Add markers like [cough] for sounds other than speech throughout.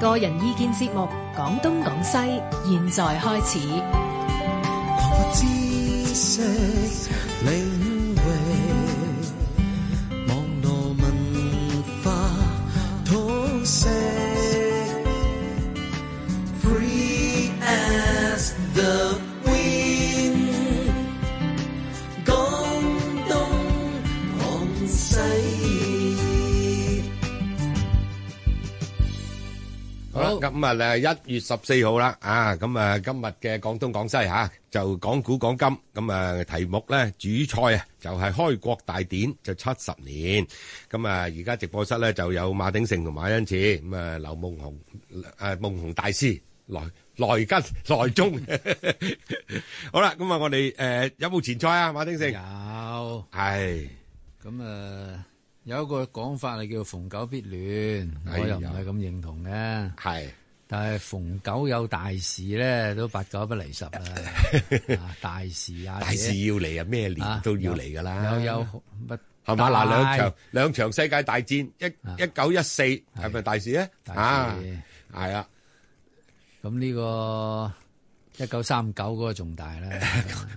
個人意見節目《講東講西》，現在開始。擴闊知識領域，網絡文化通識，Free as the wind，講東講西。好啦，咁啊誒一月十四號啦，啊咁啊今日嘅廣東廣西嚇就講古講今，咁啊題目咧主菜啊就係開國大典就七十年，咁啊而家直播室咧就有馬鼎盛同馬恩賜，咁啊劉夢熊誒夢熊大師來來吉 [laughs] 來中，好啦，咁啊我哋誒有冇前菜啊馬鼎盛？有係咁啊，有一個講法係叫逢九必亂，哎我呀又唔係咁認同嘅。係但係逢九有大事咧，都八九不離十 [laughs] 啦。啊大事啊，大事要嚟啊，咩年啊都要嚟噶啦，有有乜係嘛？嗱，兩場大兩場世界大戰，一一九一四係咪大事咧？大啊，事係啊，咁呢個一九三九嗰個仲大啦，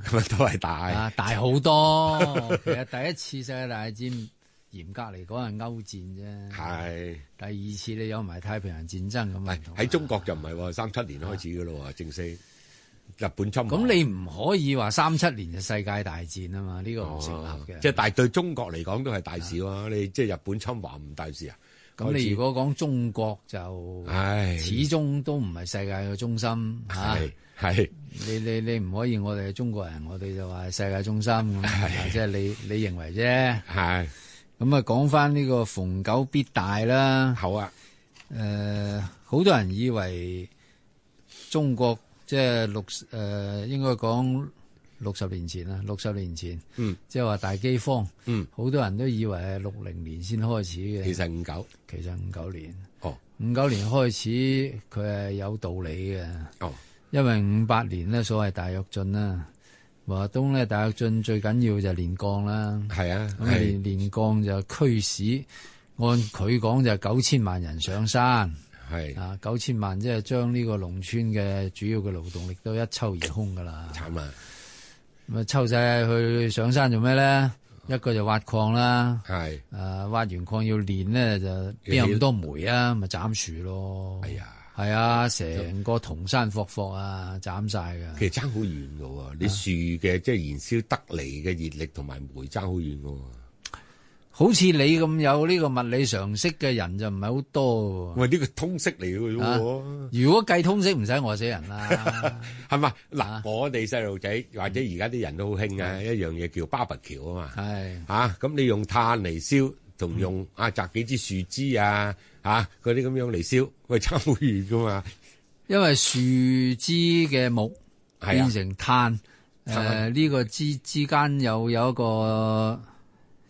咁啊都 [laughs] 係大，啊大好多。其實第一次世界大戰嚴格嚟講係歐戰啫，係第二次你有埋太平洋戰爭咁啊係，喺中國就唔係喎，三七年開始噶咯喎，正式日本侵華。咁你唔可以話三七年就世界大戰啊嘛？呢、個唔成哦立嘅。即係但係對中國嚟講都係大事喎，你即係日本侵華唔大事啊？咁開你始如果講中國就，唉，始終都唔係世界嘅中心嚇、啊係係你你你唔可以，我哋係中國人，我哋就話係世界中心咁，啊即係你你認為啫。係 [laughs] 咁啊，講翻呢個逢九必大啦。好啊，誒、呃好多人以為中國即係六呃誒、應該講六十年前啊啦，六十年前，嗯，即係話大饑荒，嗯，好多人都以為係六零年先開始其嘅，實五九其實五九年，哦五九年開始佢係有道理嘅，哦因為五八年呢，所謂大躍進啦，華東呢，大躍進最緊要就係練鋼啦，係啊咁係練練鋼就驅使，按佢講就係九千萬人上山。係啊，九千萬即係將呢個農村嘅主要嘅勞動力都一抽而空噶啦。慘啊咁啊，抽晒去上山做咩咧？一個就挖礦啦，係。誒、挖完礦要練咧，就邊有咁多煤啊？咪斬樹咯。哎呀，係啊，成個銅山霍霍啊，斬晒㗎。其實爭好遠㗎喎，你樹嘅即係燃燒得嚟嘅熱力同埋煤爭好遠㗎喎。好似你咁有呢個物理常識嘅人就唔係好多喎。喂，呢個通識嚟嘅啫喎，如果計通識唔使餓死人啦，係嘛？啊嗱，我哋細路仔或者而家啲人都好興嗯啊，一樣嘢叫 barbecue 啊嘛，係嚇咁你用炭嚟燒，同用啊摘幾支樹枝啊嚇嗰啲咁樣嚟燒，喂爭好遠㗎嘛，因為樹枝嘅木。係啊變，成碳。誒呢、碳個之之間有有一個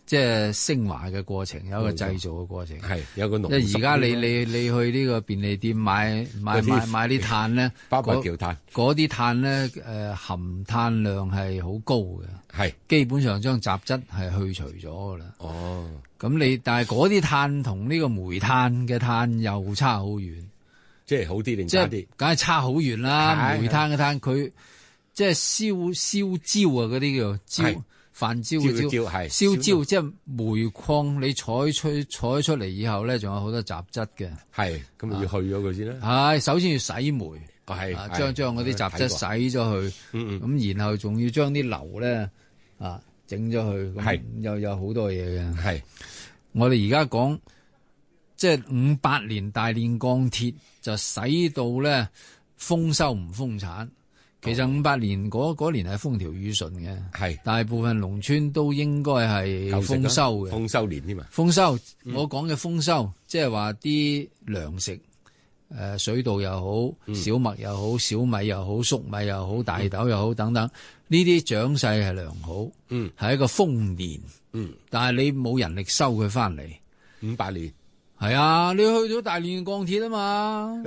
即係升華嘅過程，有一個製造嘅過程。係有個即濃。係而家你你你去呢個便利店買買嗰啲買買啲碳咧，嗰 barbecue 炭嗰啲碳咧誒含碳量係好高嘅，係基本上將雜質係去除咗噶啦。哦，咁你但係嗰啲碳同呢個煤炭嘅碳又差好遠。即係好啲定即差啲係梗係差好遠啦！係煤炭嘅炭佢即係燒燒焦啊，嗰啲叫係焦飯焦焦嘅嘅焦，焦係焦燒焦即係煤礦你採取採出嚟以後咧，仲有好多雜質嘅。係咁咪要去咗佢先啦，係首先要洗煤，嗯係啊係將將嗰啲雜睇過質洗咗佢，嗯咁然後仲要將啲硫咧啊整咗佢，係咁又有好多嘢嘅。係我哋而家講，即係五八年大煉鋼鐵就使到咧豐收唔豐產。其哦實五八年嗰嗰年係風調雨順嘅，係大部分農村都應該係夠食啦豐收嘅。豐收年添啊，豐收，我講嘅豐收，即係話啲糧食，誒、呃水稻又好，嗯小麥又好，小米又好，粟米又好，大豆又好，等等，呢啲長勢係良好，嗯係一個豐年，嗯，但係你冇人力收佢翻嚟。五百年係啊，你去到大連鋼鐵 [laughs] 啊嘛，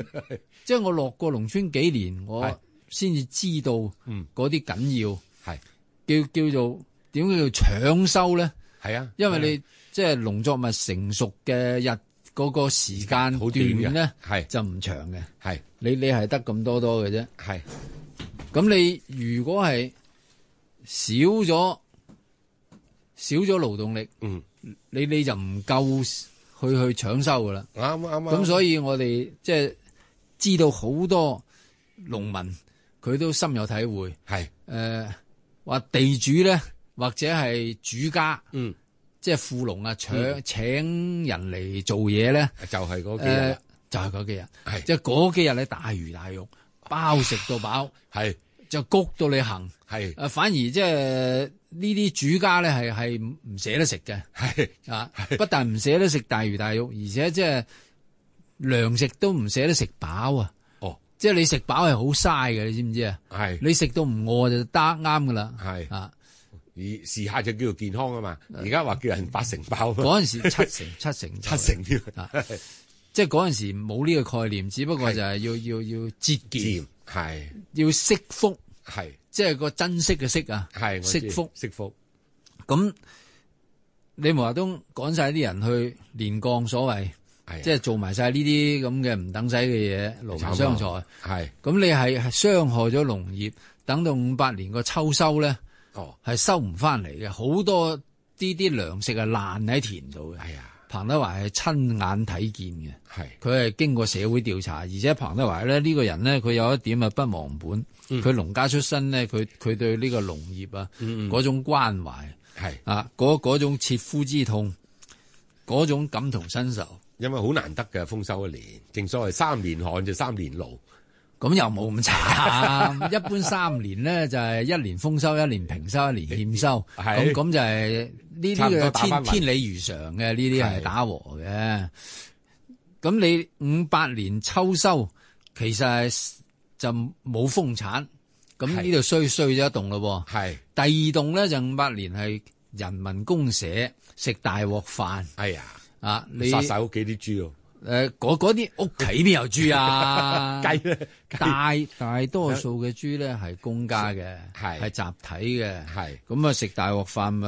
即係我落過農村幾係年，我先至知道嗰嗯啲緊要，係叫叫做點叫做搶收咧？係啊，因為你即係農作物成熟嘅日嗰個時間啊好短段嘅咧，係就唔長嘅。係你你係得咁多多嘅啫。係咁你如果係少咗少咗勞動力，嗯你你就唔夠去去搶收噶啦。啱啱咁所以我哋即係知道好多農民佢都深有體會。以係誒話地主咧，或者係主家，嗯即係富農啊，請請人嚟做嘢咧，就係嗯嗰誒、幾日啦就係嗰幾日，係即係嗰幾日你大魚大肉，包食到飽，係就谷到你行。係誒，呃反而即係呢啲主家咧係係唔捨得食嘅，係 [laughs] 啊，不但唔捨得食大魚大肉，而且即係糧食都唔捨得食飽啊！哦即係你食飽係好嘥嘅，你知唔知啊？係你食到唔餓就得啱噶啦，係啊！而時下就叫做健康啊嘛，而家話叫人八成飽啊嘛，嗰陣時七 [laughs] 成七成七，成添 [laughs] 啊即係嗰陣時冇呢個概念，只不過就係要要要節儉，佔係要惜福，係即係個珍惜嘅惜啊，係我知惜福。惜福咁你毛澤東趕晒啲人去連降，所謂係啊即係做埋晒呢啲咁嘅唔等使嘅嘢，勞民傷財。係咁你係係傷害咗農業，等到五八年個秋收咧哦係收唔翻嚟嘅，好多啲啲糧食係爛喺田度嘅。係啊彭德懷係親眼睇見嘅。係佢係經過社會調查，而且彭德懷咧呢個人呢，佢有一點啊不忘本，佢農家出身呢，佢佢對呢個農業啊嗰種關懷係，啊，嗰嗰種切膚之痛，嗰種感同身受，因為好難得嘅豐收一年，正所謂三年旱就三年勞，咁又冇 [laughs] 咁慘。一般三年呢，就係一年豐收，一年平收，一年欠收， [laughs] 係咁咁就係呢差唔多啲打返嘅天勻天理如常嘅，呢啲係係打和嘅。咁你五八年秋收，其實係就冇豐產，咁係呢度衰衰咗一棟咯係喎。第二棟咧就五八年係人民公社食大鑊飯哎呀，啊！你殺誒晒屋企啲豬咯，嗰嗰啲屋企邊有 [laughs] 豬啊？雞咧大大多數嘅豬咧係公家嘅，係係集體嘅。係咁啊食大鑊飯咪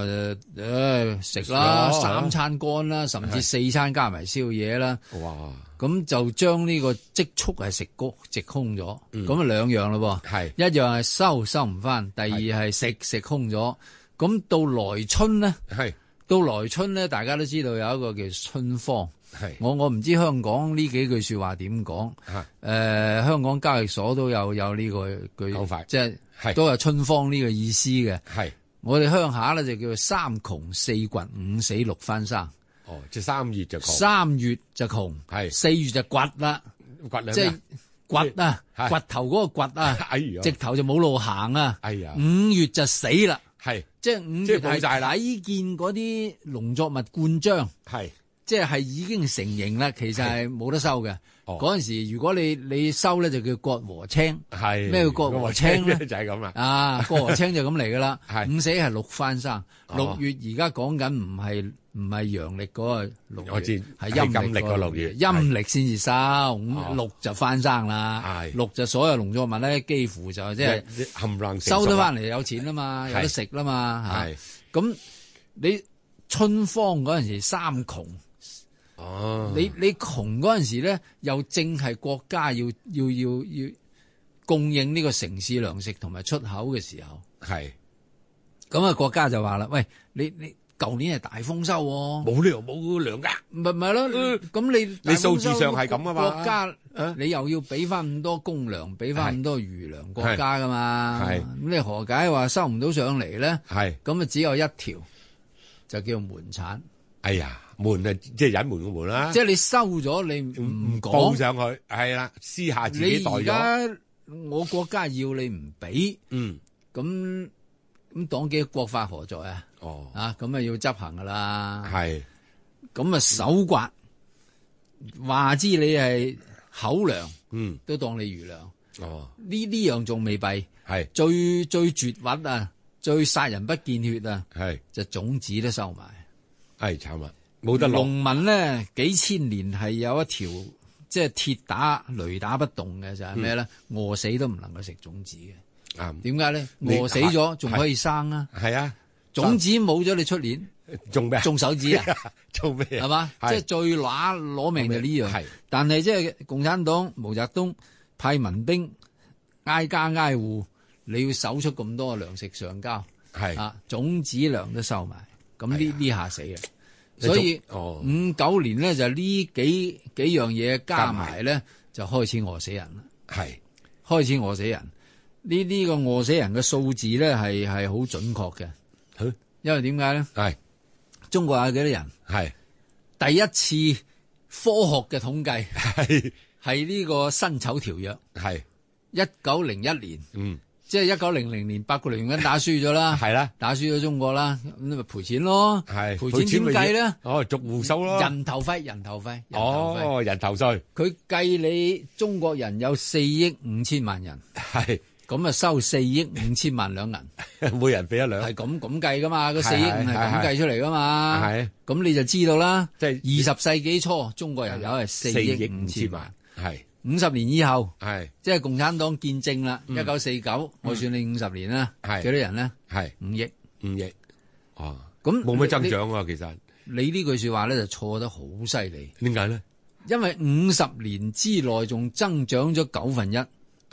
誒食食啦，咯三餐乾啦，甚至四餐加埋宵夜啦。哇咁就將呢個積蓄係食谷食空咗，咁啊兩樣咯喎，嗯係一樣係收收唔翻，第二係食食空咗。咁到來春呢，係到來春呢，大家都知道有一個叫春荒。係我我唔知香港呢幾句説話點講，誒、嚇呃香港交易所都有有呢、個句講法，即係係都有春荒呢個意思嘅。係我哋鄉下咧就叫做三窮四倔五死六翻生，哦，即係三月就窮，三月就窮，係四月就倔啦。掘兩即係掘啊，係掘頭嗰個掘 [laughs] 啊，哎呀直頭就冇路行啊。哎呀五月就死啦，係即係五即係月冇晒啦睇見嗰啲農作物灌漿，係即係係已經成形啦，其實係冇得收嘅。哦嗰陣時如果你你收咧就叫割禾青係咩叫割禾青咧咧？就係咁啦，啊，割禾青就咁嚟噶啦 [laughs] 係。五死係六翻生，哦六月而家講緊唔係唔係陽曆嗰個六我知月，係係陰陰歷歷嗰個個六月陰歷先至收。咁六就翻生啦係，六就所有農作物咧，幾乎就即即係係冚唪唥收得翻嚟，嚟有錢啦啊嘛，係有得食啦嘛係嚇。咁你春荒嗰陣時三窮，哦，你你窮嗰陣時咧，又正係國家要要要要供應呢個城市糧食同埋出口嘅時候。係咁啊，國家就話啦，喂，你你舊年係大豐收喎、冇理由冇糧噶，咪咪咯，咁你大豐收數字上係咁啊嘛國家你又要俾翻咁多公糧，俾翻咁多餘糧國家噶嘛，係咁你何解話收唔到上嚟咧？係咁啊，只有一條就叫門產，哎呀門啊，即係隱瞞個門啦，即係你收咗你唔唔報講，上去係啦，私下自己你代而咗，家我國家要你唔俾，嗯咁咁黨紀國法何在啊？哦啊，咁啊要執行噶啦。係嗯咁啊手刮，話知你係口糧嗯都當你餘糧，哦呢呢樣仲未弊，係最最絕核啊，最殺人不見血啊，係就種子都收埋。係慘啊，冇得落農民呢，幾千年係有一條即係鐵打雷打不動嘅，就係咩咧？餓死都唔能夠食種子嘅，啱，點解咧？嗯你餓死咗仲可以生啊，係啊，種子冇咗你出年生仲咩啊？中手指啊， [laughs] 做咩啊？係嘛？即係係最揦攞命就呢樣係。但係即係共產黨毛澤東派民兵挨家挨戶，你要搜出咁多嘅糧食上交，係啊種子糧都收埋，咁呢呢下死啊！你仲所以哦五九年呢，就呢幾幾樣嘢加埋咧，就開始餓死人啦，係開始餓死人。呢呢個餓死人嘅數字咧係係好準確嘅，係因為點解咧？係中國有幾多人？係第一次科學嘅統計係係呢個辛丑條約，係一九零一年，嗯即係一九零零年八國聯軍打輸咗啦，係啦打輸咗中國啦，咁咪賠錢咯，係賠錢點計咧？？哦，逐户收咯。人頭費，人頭費，人頭費，哦，人頭税佢計你中國人有四億五千萬人，係 [laughs] 咁啊收四億五千萬兩銀，每人俾一兩，係咁咁計噶嘛？個係四億五係係咁係計出嚟噶嘛？係咁你就知道啦。即二係十世紀初中國人口係四億五千萬，，係五十年以後。係即係共產黨建政啦，一九四九，我算你五十年啦，嗯係幾多人咧？係五億。五億。哦，咁冇乜增你。長喎，其實你呢句說話咧就錯得好犀利，點解咧？因為五十年之內仲增長咗九分一，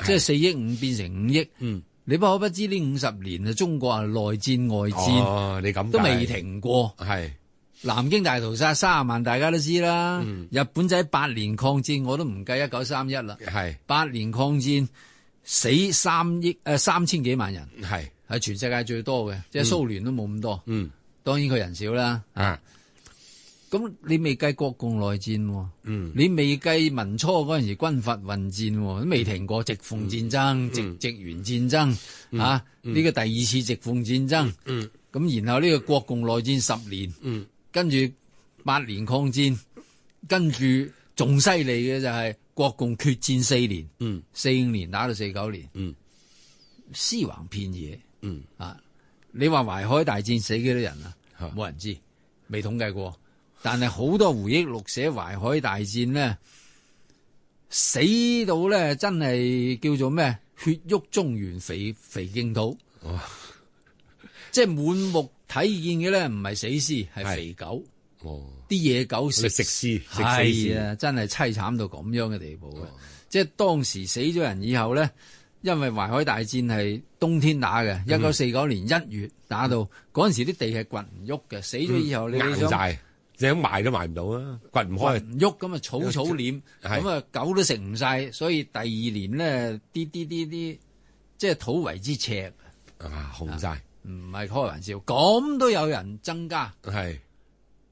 即係四億五變成五億。嗯，你不可不知呢五十年啊，中國啊內戰外戰哦，你咁都未，停過。係南京大屠殺三十萬大家都知啦，嗯日本仔八年抗戰我都唔計一九三一啦，係八年抗戰死三億誒三千幾萬人。係係全世界最多嘅，即係蘇聯都冇咁多。嗯當然佢人少啦。啊咁你未計國共內戰喎，嗯你未計民初嗰陣時軍閥混戰喎，都未停過直奉戰嗯爭、直直元戰爭、啊，呢個第二次直奉戰爭。嗯咁然後呢個國共內戰十年，嗯跟住八年抗戰，跟住仲犀利嘅就係國共決戰四年，嗯四五年打到四九年，嗯屍橫遍野。嗯啊！你話淮海大戰死幾多人啊嚇？冇人知，未統計過。但係好多回憶錄寫淮海大戰呢，死到咧真係叫做咩？血喐中原肥肥勁土，哇即係滿目睇見嘅咧，唔係死屍，係係肥狗，哦，啲野狗你食食屍食死係屍，啊，真係凄慘到咁樣嘅地步嘅。即係當時死咗人以後咧，因為淮海大戰係冬天打嘅，一九四九年一月打到嗰陣時啲地係掘唔喐嘅，死咗以後你硬想晒，你想賣都賣唔到啊，掘唔掘開唔喐咁啊草草斂，係咁啊狗都食唔晒，所以第二年咧啲啲啲啲即係土為之赤，啊，紅晒唔係開玩笑，咁都有人增加。係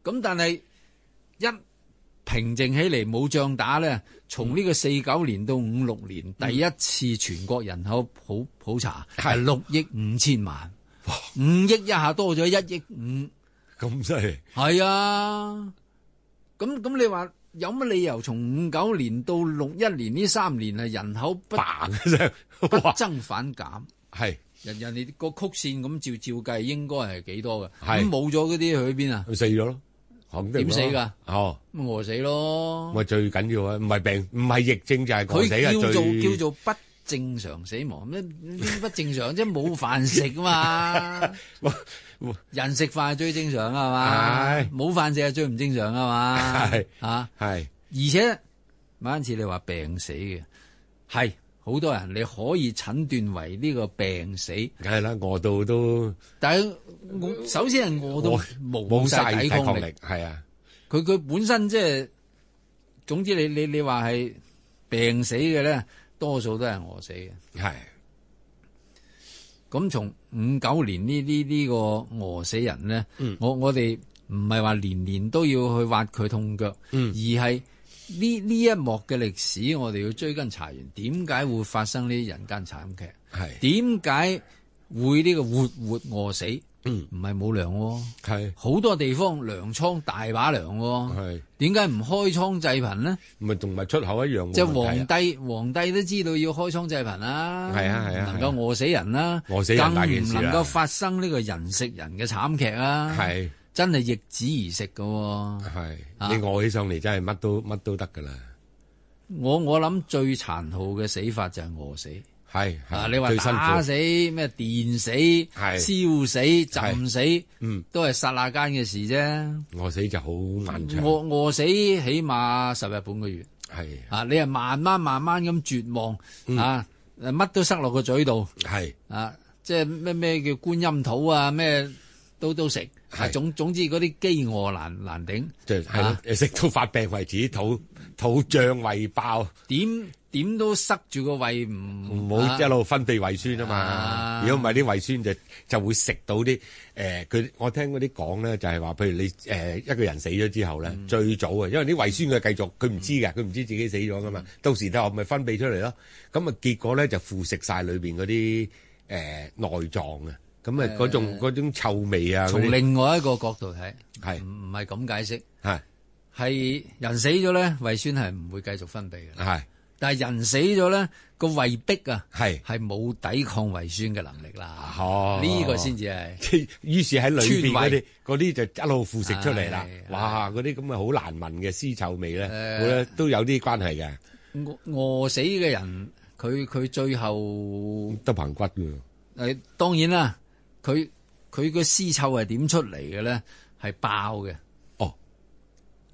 咁但係一平靜起嚟冇仗打咧，從呢個四九年到五六年，第一次全國人口普普查係係六億五千萬，五億一下多咗一億五，咁犀利，係啊，咁咁你話有乜理由從五九年到六一年呢三年係人口 [laughs] 不嘭一聲，不哇，增反減？係人人哋個曲線咁照照計應該係幾多嘅？係咁冇咗嗰啲去邊啊？佢死咗咯，肯定點死㗎㗎？哦。咁餓死咯！咪最緊要啊！唔係病，唔係疫症就係餓佢死啊！叫做最叫做不正常死亡，咩呢啲不正常即係冇飯食 [laughs] 啊哇嘛哇，人食飯係最正常啊嘛係，冇飯食係最唔正常啊嘛係，啊！係而且馬恩次你話病死嘅係好多人你可以診斷為呢個病死，梗係啦，餓到都但係嗯我首先係餓到餓冇冇晒晒抵抵抗抗力力，，係啊，佢佢本身即係總之你你你話係病死嘅咧，多數都係餓死嘅。係咁從五九年呢呢呢個餓死人咧，嗯我我哋唔係話年年都要去挖佢痛腳，嗯而係呢呢一幕嘅歷史，我哋要追根查源，點解會發生呢啲人間慘劇？係點解會呢個活活餓死？嗯唔係冇糧喎，係好多地方糧倉大把糧喎，係，點解唔開倉濟貧呢？咪同埋出口一樣冇問題啊。即係皇帝，皇帝都知道要開倉濟貧啦，係啊係啊唔能夠餓死人啦，餓死人大更件唔事啦啊能夠發生呢個人食人嘅慘劇啊！係真係逆子而食嘅喎。係，啊你餓起上嚟真係乜都乜都得㗎啦，我我諗最殘酷嘅死法就係餓死，係啊！係你話最辛打苦死咩電死、燒死、浸死，嗯都係剎那間嘅事啫。餓死就好漫長，餓餓死起碼十日半個月係啊！你係慢慢慢慢咁絕望、啊，乜都塞落個嘴度係啊！即係咩咩叫觀音土啊，咩都都食。啊係總總之嗰啲飢餓難難頂，即係係咯，食到發病為止，肚肚脹胃爆，點點都塞住個胃唔唔好一路分泌胃酸啊啊嘛。如果唔係啲胃酸就就會食到啲誒佢，我聽嗰啲講咧就係話，譬如你誒一個人死咗之後咧，最早啊，因為啲胃酸佢繼續佢唔知嘅，佢唔知自己死咗噶嘛，到時就咪分泌出嚟咯。咁啊結果咧就腐蝕晒裏邊嗰啲誒內臟啊，咁啊嗰種嗰種臭味啊，從嗰啲另外一個角度睇，係唔唔係咁解釋。係係人死咗咧，胃酸係唔會繼續分泌嘅。係但係人死咗咧，個胃壁啊，係係冇抵抗胃酸嘅能力啦。哦呢個先至係即係於是喺裏邊嗰川啲味嗰啲就一路腐蝕出嚟啦係。哇！嗰啲咁嘅好難聞嘅屍臭味咧，誒好咧都有啲關係嘅，餓餓死嘅人，佢佢最後得棚骨㗎。誒當然啦，佢佢個屍臭係點出嚟嘅咧？係爆嘅，哦，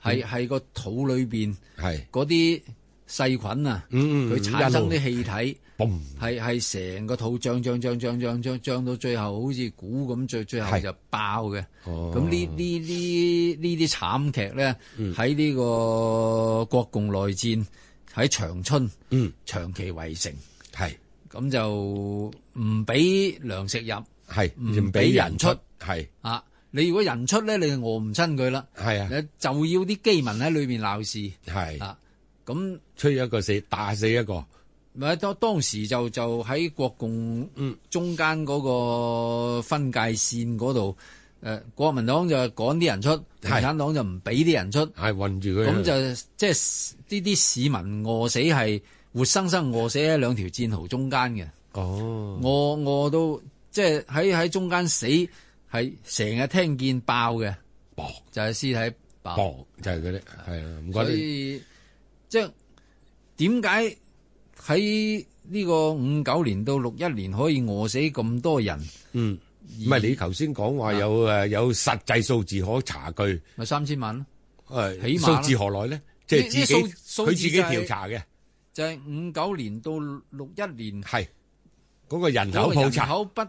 嗯係係個肚裏邊係，嗰啲細菌啊，嗯佢產生一啲氣體。嘣，係係成個肚脹脹脹脹脹脹脹到最後好似鼓咁，最最後係就爆嘅。哦咁呢呢呢呢啲慘劇咧，嗯喺呢個國共內戰喺長春嗯，長期圍城，係咁就唔俾糧食入係唔俾人出，係啊！你如果人出咧，你就餓唔親佢啦，係你啊，就要啲基民喺裏面鬧事係啊！咁吹一個死，打死一個，咪當當時就就喺國共嗯中間嗰個分界線嗰度，誒、國民黨就趕啲人出，共產黨就唔俾啲人出，係困住佢。咁就即係呢啲市民餓死係活生生餓死喺兩條戰壕中間嘅，哦，餓餓到即係喺喺中間死，係成日聽見爆嘅，搏就係、屍體爆。搏就係嗰啲，係啊，唔該啊所你，以即係點解喺呢個五九年到六一年可以餓死咁多人？嗯，唔係你頭先講啊話有誒有實際數字可查據。咪三千萬咯，誒，起碼啦數字何來咧？即係呢自己呢數佢自己數字就係調查嘅，就係五九年到六一年係嗰個人嗰口個普人查口不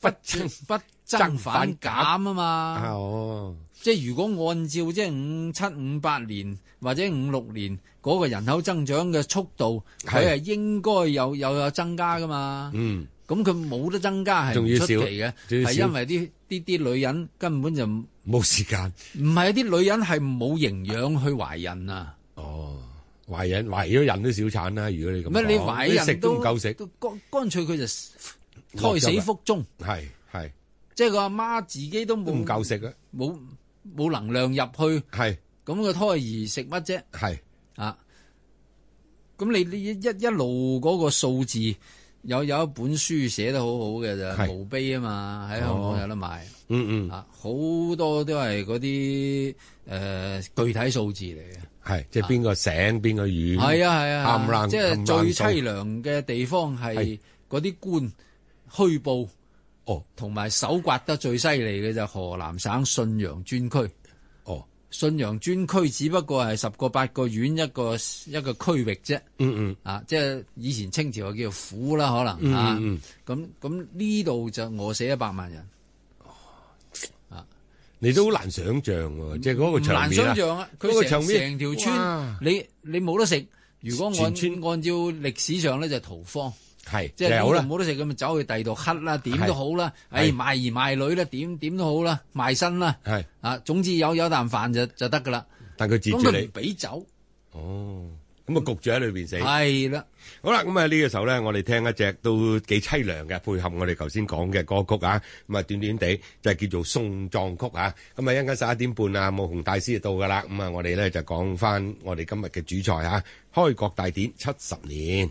不不 [laughs] 不增反減啊嘛。哦，即係如果按照即係五七五八年或者五六年嗰個人口增長嘅速度，佢係係應該有有有增加噶嘛。嗯，咁佢冇得增加係仲唔要出奇少嘅，仲要係少因為啲啲啲女人根本就唔冇時間唔係啲女人係冇營養去懷孕啊！哦，懷孕懷咗人都小產啦。如果你咁乜講你懷食孕都唔都夠食，都乾乾脆佢就胎死腹中，係係即係個阿媽自己都都冇唔夠食啊，冇冇能量入去，係咁個胎兒食乜啫係啊？咁你你一一一路嗰個數字有有一本書寫得好好嘅就係係墓碑啊嘛，喺香哦港有得賣。嗯嗯啊，好多都係嗰啲誒具體數字嚟嘅，係，即係邊個醒邊個遠啊係啊係啊，冚冷即係冚最冷數凄涼嘅地方係係嗰啲官虛報哦同埋手刮得最犀利嘅就係河南省信陽專區，哦信陽專區只不過係十個八個縣一個一個區域啫，嗯嗯啊，即係以前清朝就叫府啦，可能啊。嗯嗯，咁咁呢度就餓死一百萬人，你都好難想像喎，即係嗰個嗯唔場難面想啊，像啊！嗰個佢場成面成條村哇，你你冇得食。如果全按村按照歷史上咧就逃荒，係就即係係好呢啦度，冇得食咁，咪走去第二度乞啦，點係都好啦。唉，係賣兒賣女啦，點點都好啦，賣身啦，係，啊，總之有有啖飯就就得噶啦。但佢截咁住佢唔你，俾走，哦，咁啊焗住喺裏邊死。係啦，好啦，咁啊呢個時候咧，我哋聽一隻都幾凄涼嘅，配合我哋頭先講嘅歌曲啊，咁啊短短地就係叫做送葬曲啊。咁啊一陣間十一點半啊，慕紅大師就到噶啦。咁啊，我哋咧就講翻我哋今日嘅主菜啊，開國大典七十年。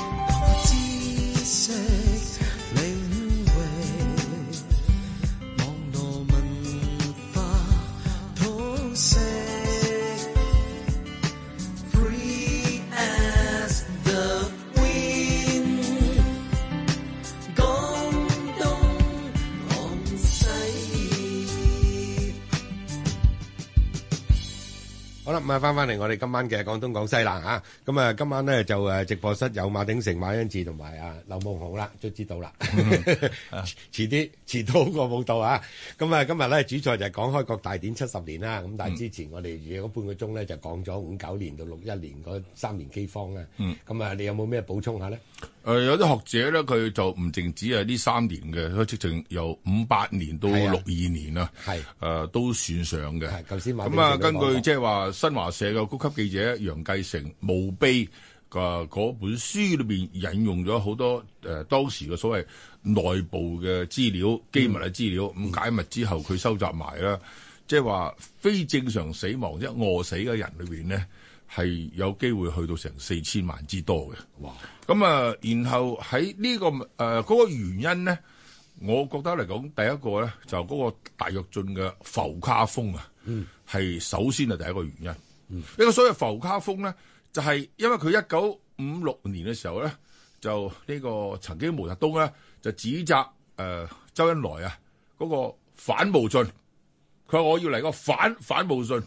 知識，你好啦，咁啊，翻翻嚟我哋今晚嘅廣東廣西啦嚇，咁啊，今晚咧就誒直播室有馬鼎盛、馬恩志同埋啊劉夢紅啦，都知道啦， [laughs] 遲啲遲到過冇到啊！咁啊，今日咧主菜就係講開國大典七十年啦，咁但係之前我哋如果半個鐘咧就講咗五九年到六一年嗰三年饑荒啦，咁啊，你有冇咩補充下咧？誒、呃有啲學者咧，佢就唔淨止係呢三年嘅，佢直情由五八年到係啊六二年啊，係誒、都算上嘅。係頭先馬咁啊，鼎盛都根講過據即係話新華社嘅高級記者楊繼成墓碑嘅嗰本書裏邊引用咗好多誒、呃當時嘅所謂內部嘅資料、機密嘅資料，咁、嗯解密之後佢收集埋啦，即係話非正常死亡即係餓死嘅人裏邊咧，係有機會去到成四千萬之多嘅。哇！咁啊，然後喺呢、個誒呃嗰、個原因咧，我覺得嚟講，第一個咧就嗰個大躍進嘅浮卡風啊，係、首先係第一個原因。呢、個所謂浮卡風咧，就係、因為佢一九五六年嘅時候咧，就呢個曾經毛澤東咧就指責誒、呃周恩來啊嗰、個反毛進，佢話我要嚟個反反毛進。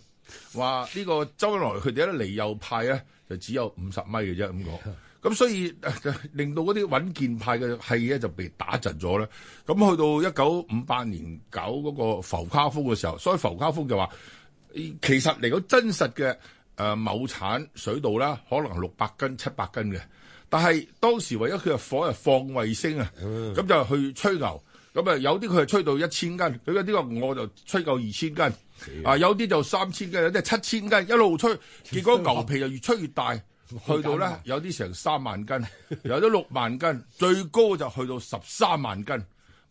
話呢個周恩來佢哋咧離右派咧就只有五十米嘅啫咁講，咁所以 [laughs] 呃令到嗰啲穩健派嘅氣咧就被打窒咗啦。咁去到一九五八年搞嗰個浮卡風嘅時候，所以浮卡風就話，呃其實嚟講真實嘅誒、呃、畝產水稻啦，可能六百斤、七百斤嘅，但係當時為咗佢嘅火係放衛星啊，咁、就去吹牛。咁啊，有啲佢係吹到一千斤，佢有啲話我就吹夠二千斤，啊有啲就三千斤，有啲係七千斤，一路吹，結果牛皮就越吹越大，去到咧有啲成三萬斤， [laughs] 有啲六萬斤，最高就去到十三萬斤。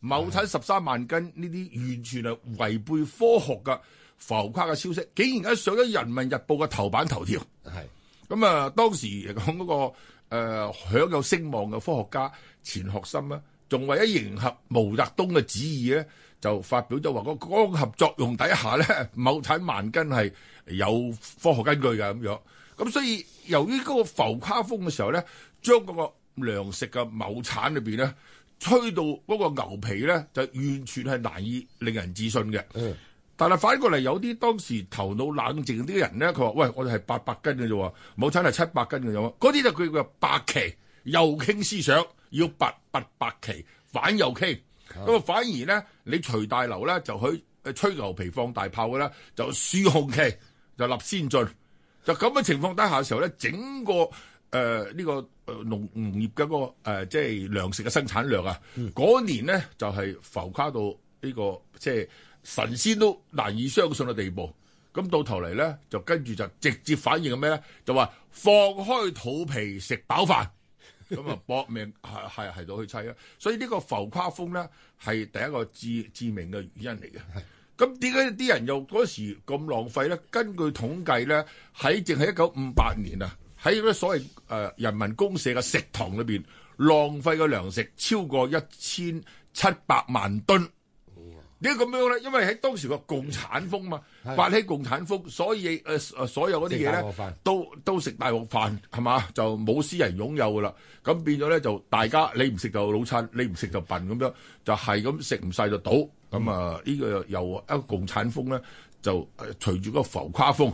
某產十三萬斤呢啲完全係違背科學嘅浮誇嘅消息，竟然而家上咗《人民日報》嘅頭版頭條。係咁啊，當時嚟講嗰個誒、呃享有聲望嘅科學家錢學森咧，仲為咗迎合毛澤東嘅旨意咧，就發表咗話個光合作用底下咧，畝產萬斤係有科學根據嘅咁樣。咁所以由於嗰個浮誇風嘅時候咧，將嗰個糧食嘅畝產裏邊咧，吹到嗰個牛皮咧，就完全係難以令人置信嘅。但係反過嚟有啲當時頭腦冷靜啲人咧，佢話：喂，我哋係八百斤嘅啫喎，冇產係七百斤嘅啫喎。嗰啲就佢叫白旗右傾思想，要拔拔白旗反右傾。咁啊，反而咧，你徐大流咧就去誒吹牛皮放大炮嘅啦，就輸紅旗，就立先進。就咁嘅情況底下嘅時候咧，整呃個誒呢、個誒農農業嘅嗰、個、呃、即係糧食嘅生產量啊，嗰、年咧就係、浮誇到呢、個即係神仙都難以相信嘅地步。咁到頭嚟咧，就跟住就直接反映嘅咩咧？就話放開肚皮食飽飯。咁啊搏命係係係到去砌啦。所以呢個浮誇風咧係第一個致致命嘅原因嚟嘅。咁點解啲人又嗰時咁浪費咧？根據統計咧，喺淨係一九五八年啊，喺嗰啲所謂誒、呃人民公社嘅食堂裏邊，浪費嘅糧食超過一千七百萬噸。點解咁樣咧？因為喺當時個共產風嘛，發起共產風，所以誒誒、呃所有嗰啲嘢食大咧鑊飯都都食大鑊飯係嘛，就冇私人擁有噶啦。咁變咗咧就大家你唔食就老襯，你唔食就笨咁樣，就係咁食唔晒就倒。咁啊呢個又一個共產風咧，就呃隨住嗰個浮誇風。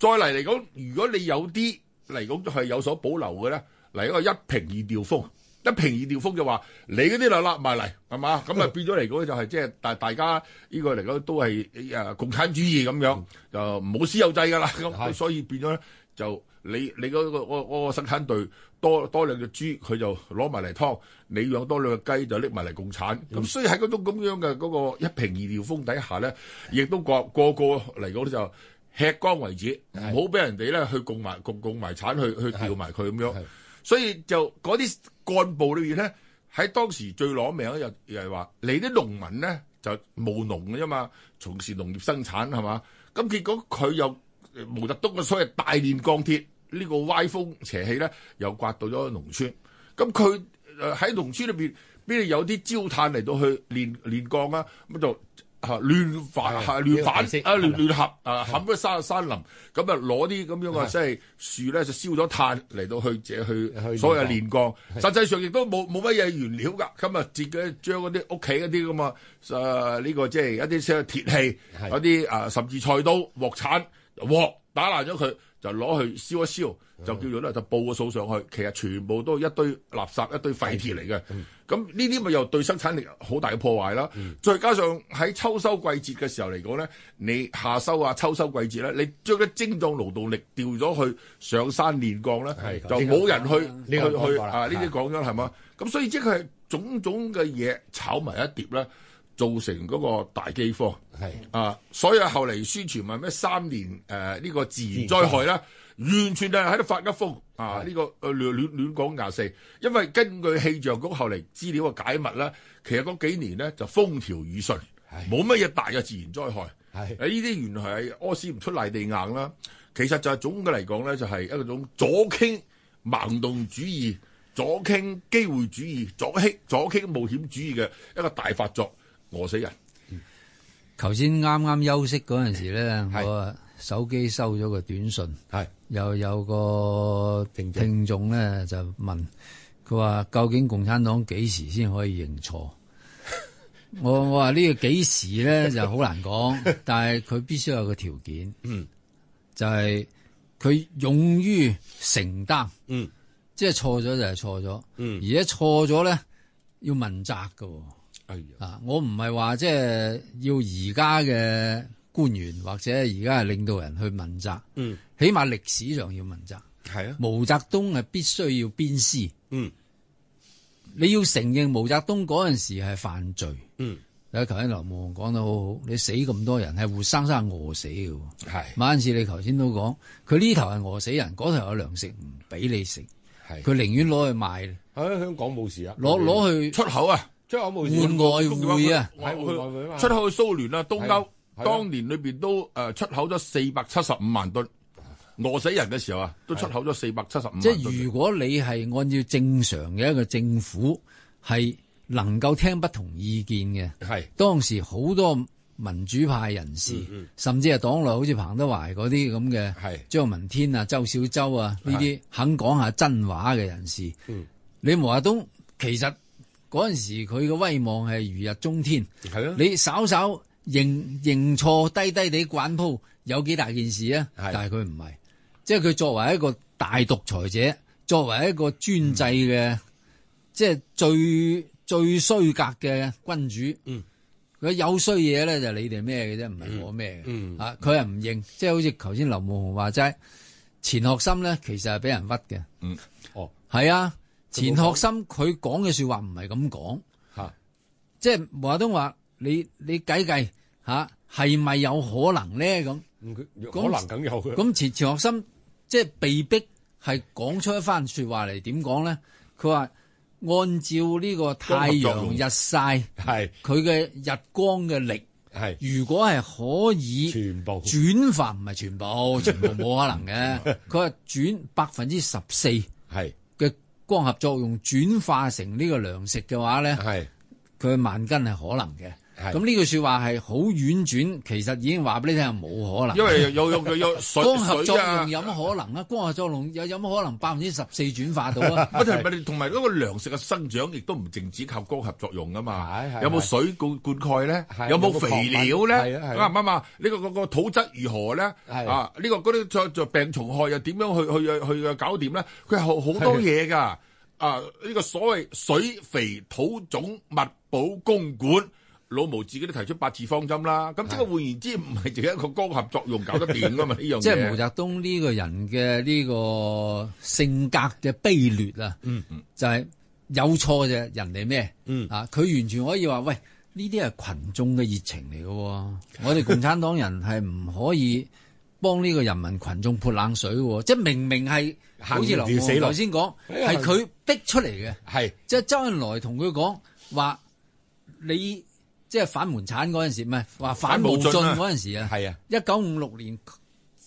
再嚟嚟講，如果你有啲嚟講係有所保留嘅咧，嚟一個一平二調風。一平二調風就話你嗰啲就揦埋嚟係嘛，咁啊嗯變咗嚟講就係即係大大家呢個嚟講都係誒、呃共產主義咁樣，就冇私有制㗎啦，咁所以變咗咧就你你嗰、個嗰、嗰個生產隊多多兩隻豬，佢就攞埋嚟劏；你養多兩隻雞就拎埋嚟共產。咁、嗯所以喺嗰種咁樣嘅嗰、個一平二調風底下咧，亦都個個個嚟講就。吃光為止，唔好俾人哋咧去共埋共共埋產去去調埋佢咁樣係。所以就嗰啲幹部裏邊咧，喺當時最攞命咧，又又係話你啲農民咧就務農嘅啫嘛，從事農業生產係嘛。咁結果佢又呃毛澤東嘅所謂大煉鋼鐵呢、個歪風邪氣咧，又刮到咗農村。咁佢呃喺農村裏邊，邊度有啲焦炭嚟到去煉煉鋼啊？咁就啊亂反係嚇亂呢反個解釋啊亂亂合啊冚咗山山林，咁啊攞啲咁樣嘅即係樹咧就燒咗炭嚟到去借去去所謂煉鋼煉鋼，實際上亦都冇冇乜嘢原料㗎。咁啊，自己將嗰啲屋企嗰啲咁啊，誒呢個即係一啲即係鐵器，係呃有啲啊甚至菜刀、鑊鏟、鑊打爛咗佢就攞去燒一燒，就叫做咧就報個數上去。其實全部都係一堆垃圾、一堆廢鐵嚟嘅。咁呢啲咪又對生產力好大嘅破壞啦。再加上喺秋收季節嘅時候嚟講咧，你夏收啊、秋收季節咧，你將啲精壯勞動力調咗去上山練鋼咧，係就冇人去呢個去講去過啦啊！呢啲講咗係嘛？咁所以即係種種嘅嘢炒埋一碟咧，造成嗰個大饑荒。係啊，所以後嚟宣傳話咩三年誒呢、個自然災害啦，完全係喺度發噏風啊！呢、個呃亂亂亂講廿四，因為根據氣象局後嚟資料嘅解密啦，其實嗰幾年咧就風調雨順，冇乜嘢大嘅自然災害。係 [laughs] 誒哎呢啲原來係屙屎唔出賴地硬啦，其實就係總嘅嚟講咧，就係、一種左傾盲動主義、左傾機會主義、左傾左傾冒險主義嘅一個大發作，餓死人。頭先啱啱休息嗰陣時咧，係我啊手機收咗個短信，係又有個聽眾聽眾咧就問佢話：究竟共產黨幾時先可以 [laughs] 認錯？我我話呢個幾時咧就好 [laughs] 難講，但係佢必須有個條件，嗯，就係佢勇於承擔，嗯，即係錯咗就係錯咗，嗯而且錯咗咧要問責㗎喎。哎呀啊，我唔係話即係要而家嘅官員或者而家嘅領導人去問責，嗯，起碼歷史上要問責。係啊，毛澤東係必須要鞭屍，嗯，你要承認毛澤東嗰陣時係犯罪。嗯，你頭先劉夢講得好好，你死咁多人係活生生餓死嘅喎。係馬恩士你頭先都講，佢呢頭係餓死人，嗰頭有糧食唔俾你食，係佢寧願攞去賣，喺香港冇事啊，攞攞去出口啊！即係我冇換事，外匯啊！我係換外匯啊嘛出口去蘇聯啦、東歐係啊，當年裏邊都誒出口咗四百七十五萬噸，餓死人嘅時候啊，都出口咗四百七十五萬即噸。係如果你係按照正常嘅一個政府係能夠聽不同意見嘅，係當時好多民主派人士，甚至係黨內好似彭德懷嗰啲咁嘅係，張文天啊、周小舟啊呢啲肯講下真話嘅人士，你毛澤東其實嗰陣時佢嘅威望係如日中天，係啊，你稍稍認認錯低低地慣鋪，有幾大件事啊？係但係佢唔係，即係佢作為一個大獨裁者，作為一個專制嘅，嗯即係最最衰格嘅君主。嗯，佢有衰嘢咧就你哋咩嘅啫，唔係我咩嘅。嗯啊，佢係唔認，即係好似頭先劉慕雄話齋，錢學森咧其實係俾人屈嘅。嗯，哦，係啊，佢冇錢講學森佢講嘅説話唔係咁講。嚇即係毛澤東話：你你計計吓係咪有可能咧？咁咁佢咁可能梗有 [laughs] 嘅，咁錢錢學森即係被逼係講出一番说話嚟，點講咧？佢話按照呢個太陽日曬係佢嘅日光嘅力，係如果係可以全部轉化，唔係全部，全部冇可能嘅。 [laughs] 佢話轉百分之十四係嘅光合作用轉化成呢個糧食嘅話咧。啊係佢嘅萬斤係可能嘅。係咁呢句説話係好婉轉，其實已經話俾你聽係冇可能。因為有有有有 [laughs] 水光合作水啊用，有乜可能啊？光合作用有有乜可能百分之十四轉化到啊？不同埋同埋嗰個糧食嘅生長，亦都唔淨止靠光合作用啊嘛係係。有冇水灌灌溉咧係？有有冇冇肥礦料物咧？係啊係啱啊唔啱啊？呢個嗰個土質如何咧？係啊，呢個嗰啲再再病蟲害又點樣去去去去搞掂咧？佢係好好多嘢㗎。啊，呢個所謂水肥土種物保公管。老毛自己都提出八字方針啦，咁即係換言之，唔係淨係一個光合作用搞得掂㗎嘛？呢樣嘢即係毛澤東呢個人嘅呢個性格嘅卑劣啊，嗯嗯、就係有錯就人哋咩，嗯啊，佢完全可以話喂，呢啲係群眾嘅熱情嚟嘅喎，我哋共產黨人係唔可以幫呢個人民群眾潑冷水嘅喎，即係明明係好似劉行條死夢路頭先講，係佢逼出嚟嘅。係即係周恩來同佢講話，你即係反門產嗰陣時，唔係話反反無武進進啊嗰陣時啊，係啊，一九五六年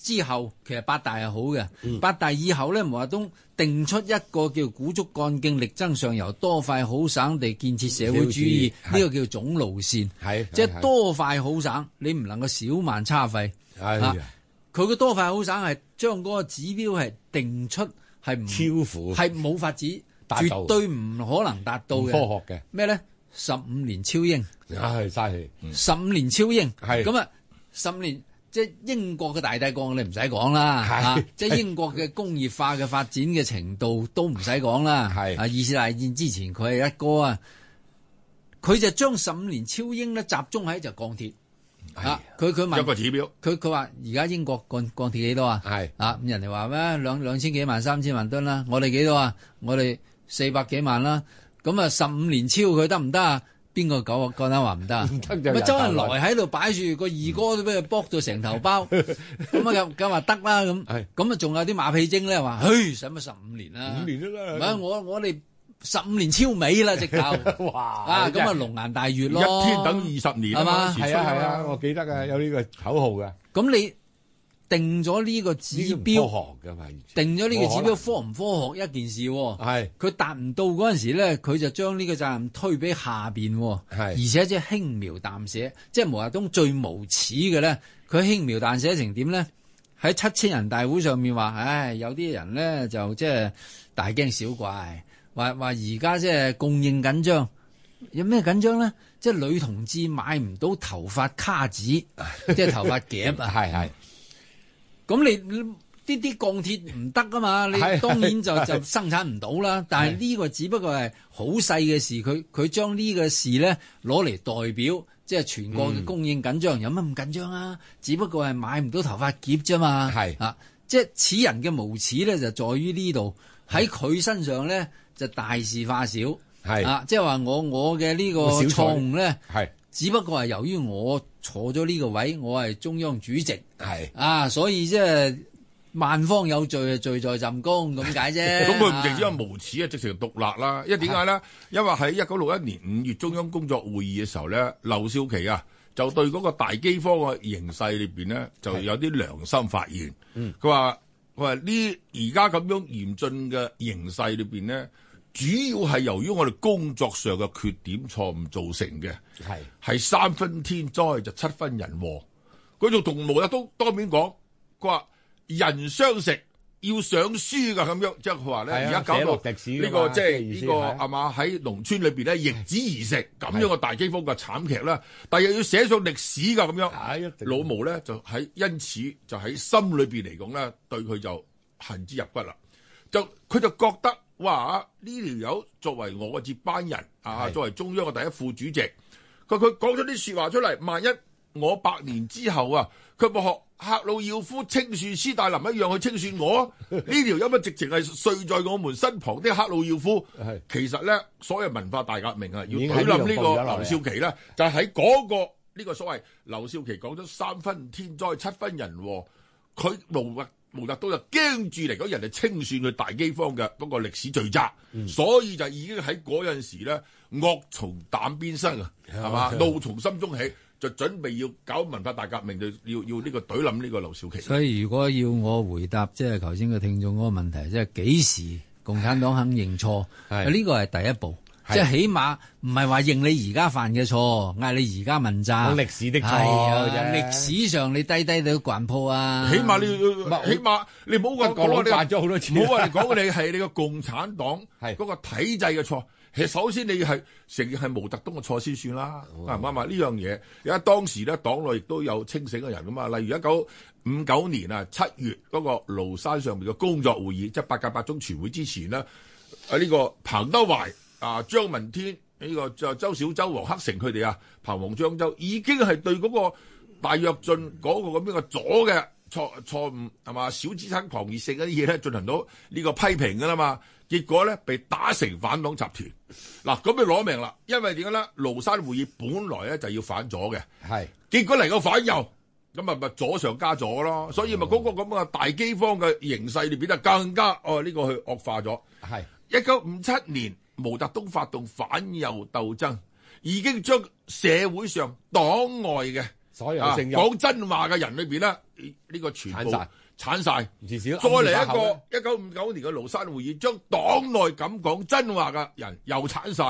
之後，其實八大係好嘅。嗯八大以後咧，毛澤東定出一個叫鼓足幹勁，力爭上游，多快好省地建設社會主義，社呢會主義個叫總路線。係即係多快好省，你唔能夠少慢差費。係啊呀佢嘅多快好省係將嗰個指標係定出係唔超乎係冇法子，達到絕對唔可能達到唔嘅。科學嘅，咩咧？十五年超英，唉嘥氣，十五年超英，係咁啊，十五年即係英國嘅大帝國，你唔使講啦，係啊即係英國嘅工業化嘅發展嘅程度都唔使講啦。係啊，二次大戰之前佢係一哥啊，佢就將十五年超英咧集中喺就鋼鐵啊，佢佢一個問指標，佢佢話而家英國鋼鋼鐵幾多啊？係啊，咁人哋話咩兩兩千幾萬、三千萬噸啦，我哋幾多啊？我哋四百幾萬啦，咁啊十五年超佢得唔得啊？邊個狗覺得話唔得啊？得就咪周恩有大來喺度擺住個二哥都俾佢搏到成 [laughs] 頭包，咁啊咁咁話得啦咁係，咁啊仲有啲馬屁精咧話，嘿使乜十五年啦？五年都啊唔啦。係我我哋十五年超尾啦直頭， [laughs] 哇！啊咁真啊係龍顏大悅咯，一天等二十年係嘛嘛，係啊係啊，我記得啊，有呢個口號嘅，咁你定咗呢個指呢標標。學嘅嘛，定咗呢個指標科冇唔科學一件事喎，係佢達唔到嗰陣時咧，佢就將呢個責任推俾下邊喎，係而且即係輕描淡寫，即係毛澤東最無恥嘅咧，佢輕描淡寫成點咧？喺七千人大會上面話，唉，有啲人咧就即係大驚小怪，話話而家即係供應緊張，有咩緊張咧？即係女同志買唔到頭髮卡子，即係頭髮夾 [laughs] 啊！係係咁你呢啲鋼鐵唔得啊嘛，你 [laughs] 係當然就就生產唔到啦。但係呢個只不過係好細嘅事，佢佢將呢個事咧攞嚟代表，即係全國嗯嘅供應緊張，有乜咁緊張啊？只不過係買唔到頭髮夾啫嘛。係啊，即係此人嘅無恥咧，就在於呢度喺佢身上咧就大事化小。係啊，即係話我我嘅呢個小錯錯誤咧，係只不過係由於我坐咗呢個位，我係中央主席。係啊，所以即係萬方有罪，罪在朕躬咁解啫。咁佢唔淨止係無恥啊，直情獨立啦。因為點解咧？因為喺一九六一年五月中央工作會議嘅時候咧，劉少奇啊就對嗰個大饑荒嘅形勢裏邊咧，就有啲良心發現。佢話佢話呢而家咁樣嚴峻嘅形勢裏邊咧，主要係由於我哋工作上嘅缺點錯誤造成嘅。係係啊三分天災就七分人禍。佢仲同毛澤東當面講，佢話人相食要上書噶咁樣，即係佢話咧係啊而家搞寫落到歷史㗎呢嘛個即即係係意呢思個係係嘛喺農村裏邊咧逆子而食咁樣嘅大饑荒嘅慘劇啦，但係又要寫上歷史噶咁樣。係一定老毛咧就喺因此就喺心裏邊嚟講咧，對佢就恨之入骨啦。就佢就覺得哇呢條友作為我嘅接班人啊，係作為中央嘅第一副主席，佢佢講咗啲説話出嚟，萬一我百年之後啊，佢咪學赫魯曉夫清算斯大林一樣去清算我啊？呢條友咪直情係睡在我們身旁的赫魯曉夫係。其實咧，所謂文化大革命啊，要已經喺懟呢冧度報呢咗個落嚟劉少奇咧，就係喺嗰個呢、個所謂劉少奇講咗三分天災七分人禍，佢毛澤毛澤東就驚住嚟講人哋清算佢大饑荒嘅嗰個歷史罪責，所以就已經喺嗰陣時咧惡從膽邊生啊，係嘛怒從心中起，就準備要搞文化大革命，就要要呢個懟冧呢個劉少奇。所以如果要我回答，即係頭先個聽眾嗰個問題，即係幾時共產黨肯認錯？係呢個係第一步，係即係起碼唔係話認你而家犯嘅錯，嗌你而家問責。講歷史的錯係啊啫歷史上你低低到棍鋪啊！起碼你要，係起碼你唔好話我講你慣咗好多次唔好話你講你係你個共產黨係嗰個體制嘅錯。其實首先你係承認係毛澤東嘅錯先算啦，啱唔啱啊？呢樣嘢，而家當時咧黨內亦都有清醒嘅人噶嘛，例如一九五九年啊七月嗰個廬山上面嘅工作會議，即係八屆八中全會之前咧，啊呢個彭德懷啊張聞天呢、個就周小周黃克誠佢哋啊彭黃張周已經係對嗰個大躍進嗰個咁樣嘅左嘅錯錯誤係嘛小資產狂熱性嗰啲嘢咧進行到呢個批評㗎啦嘛，結果咧被打成反黨集團。嗱咁就攞命啦，因為點解咧？廬山會議本來咧就要反左嘅。係結果嚟個反右，咁咪咪左上加左咯，所以咪嗰個咁嘅大饑荒嘅形勢裏邊就更加哦呢、個去惡化咗。係一九五七年，毛澤東發動反右鬥爭，已經將社會上黨外嘅所有啊聲音講真話嘅人裏邊咧，呢、個全鏟部晒鏟晒。至少再嚟暗住把口一個一九五九年嘅廬山會議，將黨內敢講真話嘅人又鏟晒，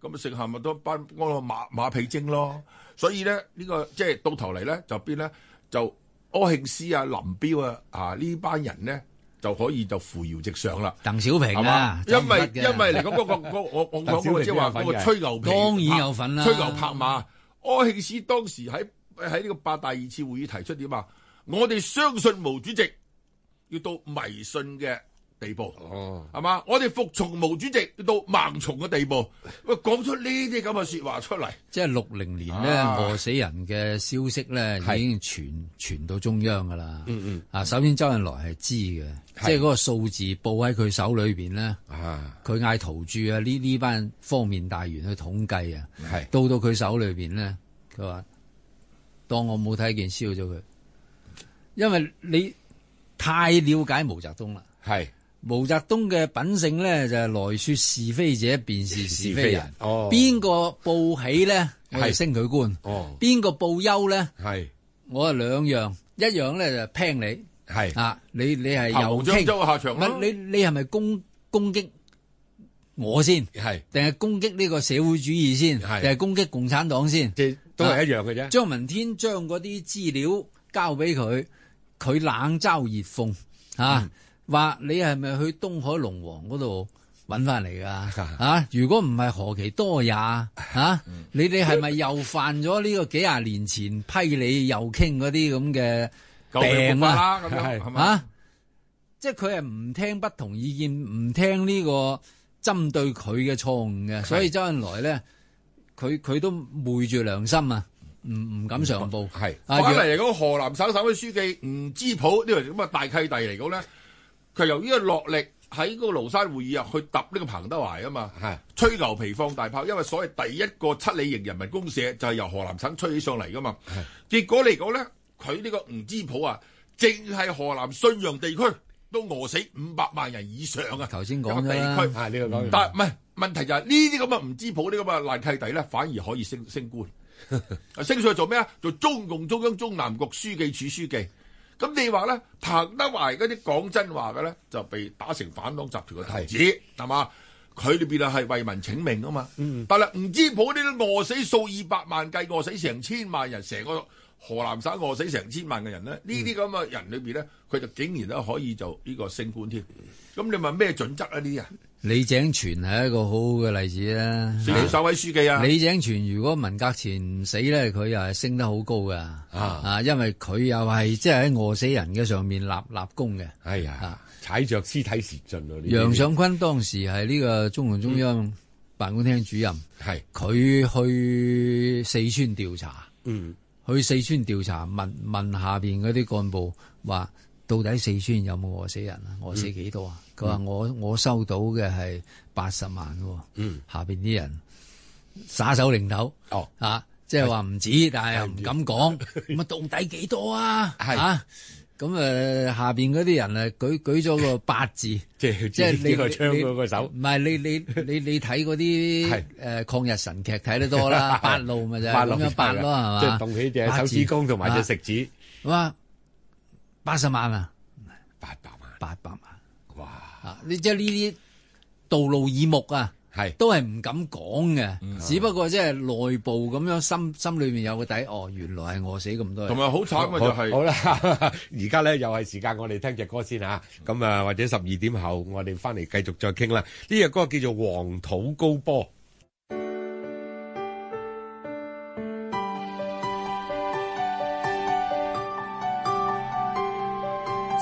咁啊剩下咪多班安個馬馬屁精咯。所以咧，呢、個即係到頭嚟咧，就邊咧就柯慶思啊、林彪啊啊呢班人咧就可以就扶搖直上啦。鄧小係平嘛啊？，因為真係因為嚟講嗰個嗰個我 [laughs] 我講嗰個即係話嗰個吹牛皮，當然有份啦吹牛拍馬。柯慶斯當時喺喺呢個八大二次會議提出點啊？我哋相信毛主席要到迷信嘅地步。哦，系嘛？我哋服從毛主席到盲從嘅地步，喂，講出呢啲咁嘅说話出嚟，即係六零年咧啊餓死人嘅消息咧係已經傳傳到中央噶啦。嗯嗯，啊，首先周恩來係知嘅，係即係嗰個數字報喺佢手裏邊咧，啊，佢嗌陶鑄啊呢呢班方面大員去統計啊，係到到佢手裏邊咧，佢話當我冇睇見燒咗佢，因為你太了解毛澤東啦。係毛澤東嘅品性咧就係來說是非者，便是是非人。哦，邊個報喜咧，我係就升佢官；哦，邊個報憂咧，係我係兩樣，一樣咧就抨你係啊，你你係彭又章傾，州下場唔啦係。你你係咪攻攻擊我先，係，定係攻擊呢個社會主義先，定係係攻擊共產黨先？即係都係一樣嘅啫。張文天將嗰啲資料交俾佢，佢冷嘲熱諷啊，話、你係咪去東海龍王嗰度揾翻嚟㗎？啊，如果唔係何其多也啊，你哋係咪又犯咗呢個幾廿年前批你又傾嗰啲咁嘅？救命病啦，咁係樣係嘛？啊，即係佢係唔聽不同意見，唔聽呢個針對佢嘅錯誤嘅，所以周恩來咧，佢佢都昧住良心啊，唔唔敢上報。哦係啊，翻若嚟嚟講，河南省省委書記吳之普呢個咁嘅大契弟嚟講咧，佢由於落力喺嗰個廬山會議啊，去揼呢個彭德懷啊嘛，係吹牛皮放大炮，因為所謂第一個七里營人民公社就係由河南省吹起上嚟噶嘛。結果嚟講咧，佢呢個吳之普啊，正係河南信陽地區都餓死五百萬人以上啊！頭先講咗啦一個地區啊，呢個講完但唔係問題就係呢啲咁嘅唔知譜呢啲咁嘅爛契弟咧，反而可以升升官，啊升上去做咩啊？做中共中央中南局書記處書記。咁你話咧，彭德懷嗰啲講真話嘅咧，就被打成反黨集團嘅頭子，係嘛？佢哋變啊係為民請命啊嘛。但係唔知譜呢啲餓死數以百萬計，餓死成千萬人，成個河南省餓死成千萬嘅人咧，呢啲咁嘅人裏邊咧，佢就竟然咧可以就呢個升官添。咁你話咩準則啊？呢啲人？李井泉係一個好好嘅例子四啦。川省委書記啊，李井泉如果文革前唔死咧，佢又係升得好高噶，啊，因為佢又係即係喺餓死人嘅上面立立功嘅。哎啊呀，踩着屍體前進啊！呢啲楊尚昆當時係呢個中共中央嗯辦公廳主任。係佢去四川調查，嗯去四川調查問問下邊嗰啲幹部話，到底四川有冇餓死人啊？餓死幾多啊？嗯佢話、我我收到嘅係八十萬喎，嗯下邊啲人耍手擰頭哦啊，即係話唔止，但係又唔 [laughs] 敢講，咁啊到底幾多啊？係啊，咁誒下邊嗰啲人誒啊舉舉咗個八字。即係即即係係 [laughs] 你呢個槍嗰個手唔係你你你你睇嗰啲係誒抗日神劇睇得 [laughs] 多啦，八路咪就係咁樣八咯係嘛？啊即係動起隻手指公同埋隻食指，哇，八十萬啊，八百萬，八百萬哇，啊！你即係呢啲道路耳目啊，係都係唔敢講嗯嘅，只不過即係內部咁樣心心裏面有個底，哦，原來係餓死咁多同啊人。埋好慘嘅好就係、好啦， [laughs] 而家咧又係時間，我哋聽只歌先嚇。咁啊，或者十二點後，我哋翻嚟繼續再傾啦。呢只歌叫做《黃土高坡》。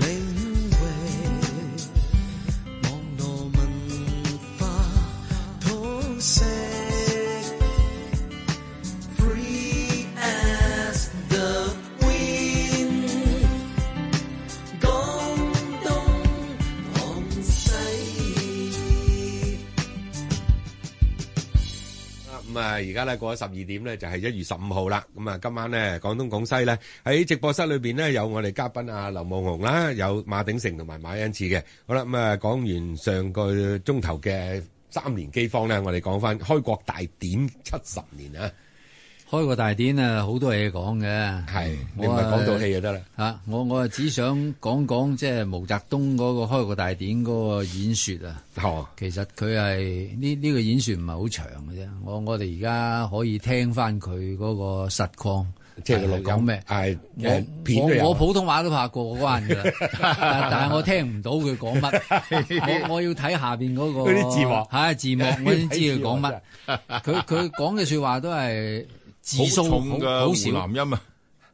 領域，網絡文化通識，free as the wind。廣東廣西。咁啊，而家咧過咗十二點咧，就係一月十五號啦。咁啊，今晚咧廣東廣西咧喺直播室裏邊咧有我哋嘉賓啊劉夢紅啦，有馬鼎盛同埋馬恩賜嘅。好啦，咁啊講完上個鐘頭嘅三年饑荒咧，我哋講翻開國大典七十年啊，開個大典啊，好多嘢講嘅。係你我唔係講啊到戲就得啦。啊！我我啊只想講講即係毛澤東嗰個開個大典嗰個演說啊。哦，其實佢係呢呢個演說唔係好長嘅啫，我我哋而家可以聽翻佢嗰個實況，即係個錄音係講咩係我誒片都我有我啊。普通話都拍過關㗎啦， [laughs] 但但係我聽唔到佢講乜，我我要睇下邊嗰個嗰啲字幕係字 [laughs] 幕，我先知佢講乜。佢佢講嘅説話都係字數好重嘅好少，湖南音啊，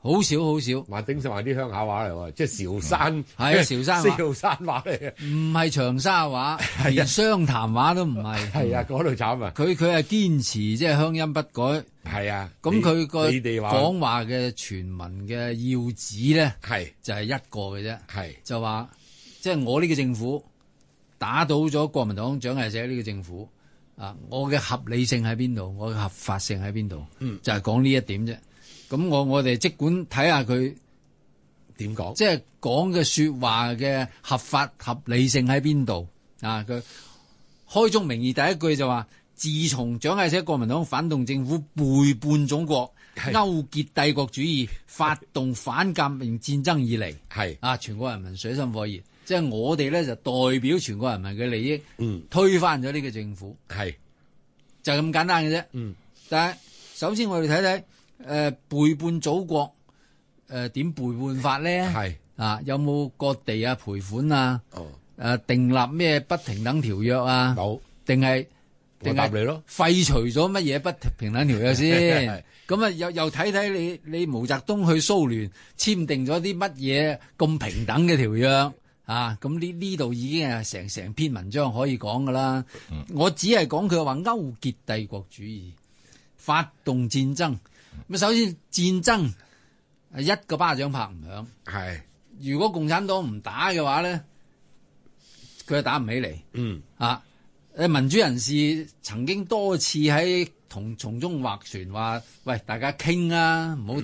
好少好少，馬丁就話啲鄉下話嚟喎，即係韶山，係啊韶 [laughs] 山話韶山話嚟嘅，唔係長沙 [laughs] 話，連湘潭話都唔係。啊係啊，嗰度慘啊，佢佢係堅持即係鄉音不改，係啊，咁你佢個你哋話講話嘅全文嘅要旨咧係就係一個嘅啫。係就話即係我呢個政府打倒咗國民黨蔣介石呢個政府啊，我嘅合理性喺邊度？我嘅合法性喺邊度？嗯就係講呢一點啫。咁我我哋即管睇下佢點講？即係講嘅說話嘅合法合理性喺邊度啊？佢開宗明義第一句就話：自從蔣介石國民黨反動政府背叛祖國、勾結帝國主義、發動反革命戰爭以嚟。係啊，全國人民水深火熱，即係我哋咧就代表全國人民嘅利益，推翻咗呢個政府，嗯係就咁簡單嘅啫。嗯，但係首先我哋睇睇誒背叛祖國誒點、背叛法咧？係啊，有冇割地啊、賠款啊、哦，誒、訂立咩不平等條約啊？冇定係我定答係你咯，廢除咗乜嘢不平等條約先？咁啊，又又睇睇你你毛澤東去蘇聯簽訂咗啲乜嘢咁平等嘅條約啊？咁呢呢度已經係成成篇文章可以講噶啦。嗯我只係講佢話勾結帝國主義，發動戰爭。咁首先戰爭係一個巴掌拍唔響。係如果共產黨唔打嘅話咧，佢係打唔起嚟。嗯啊，誒民主人士曾經多次喺同從中劃船，話喂大家傾啊，唔好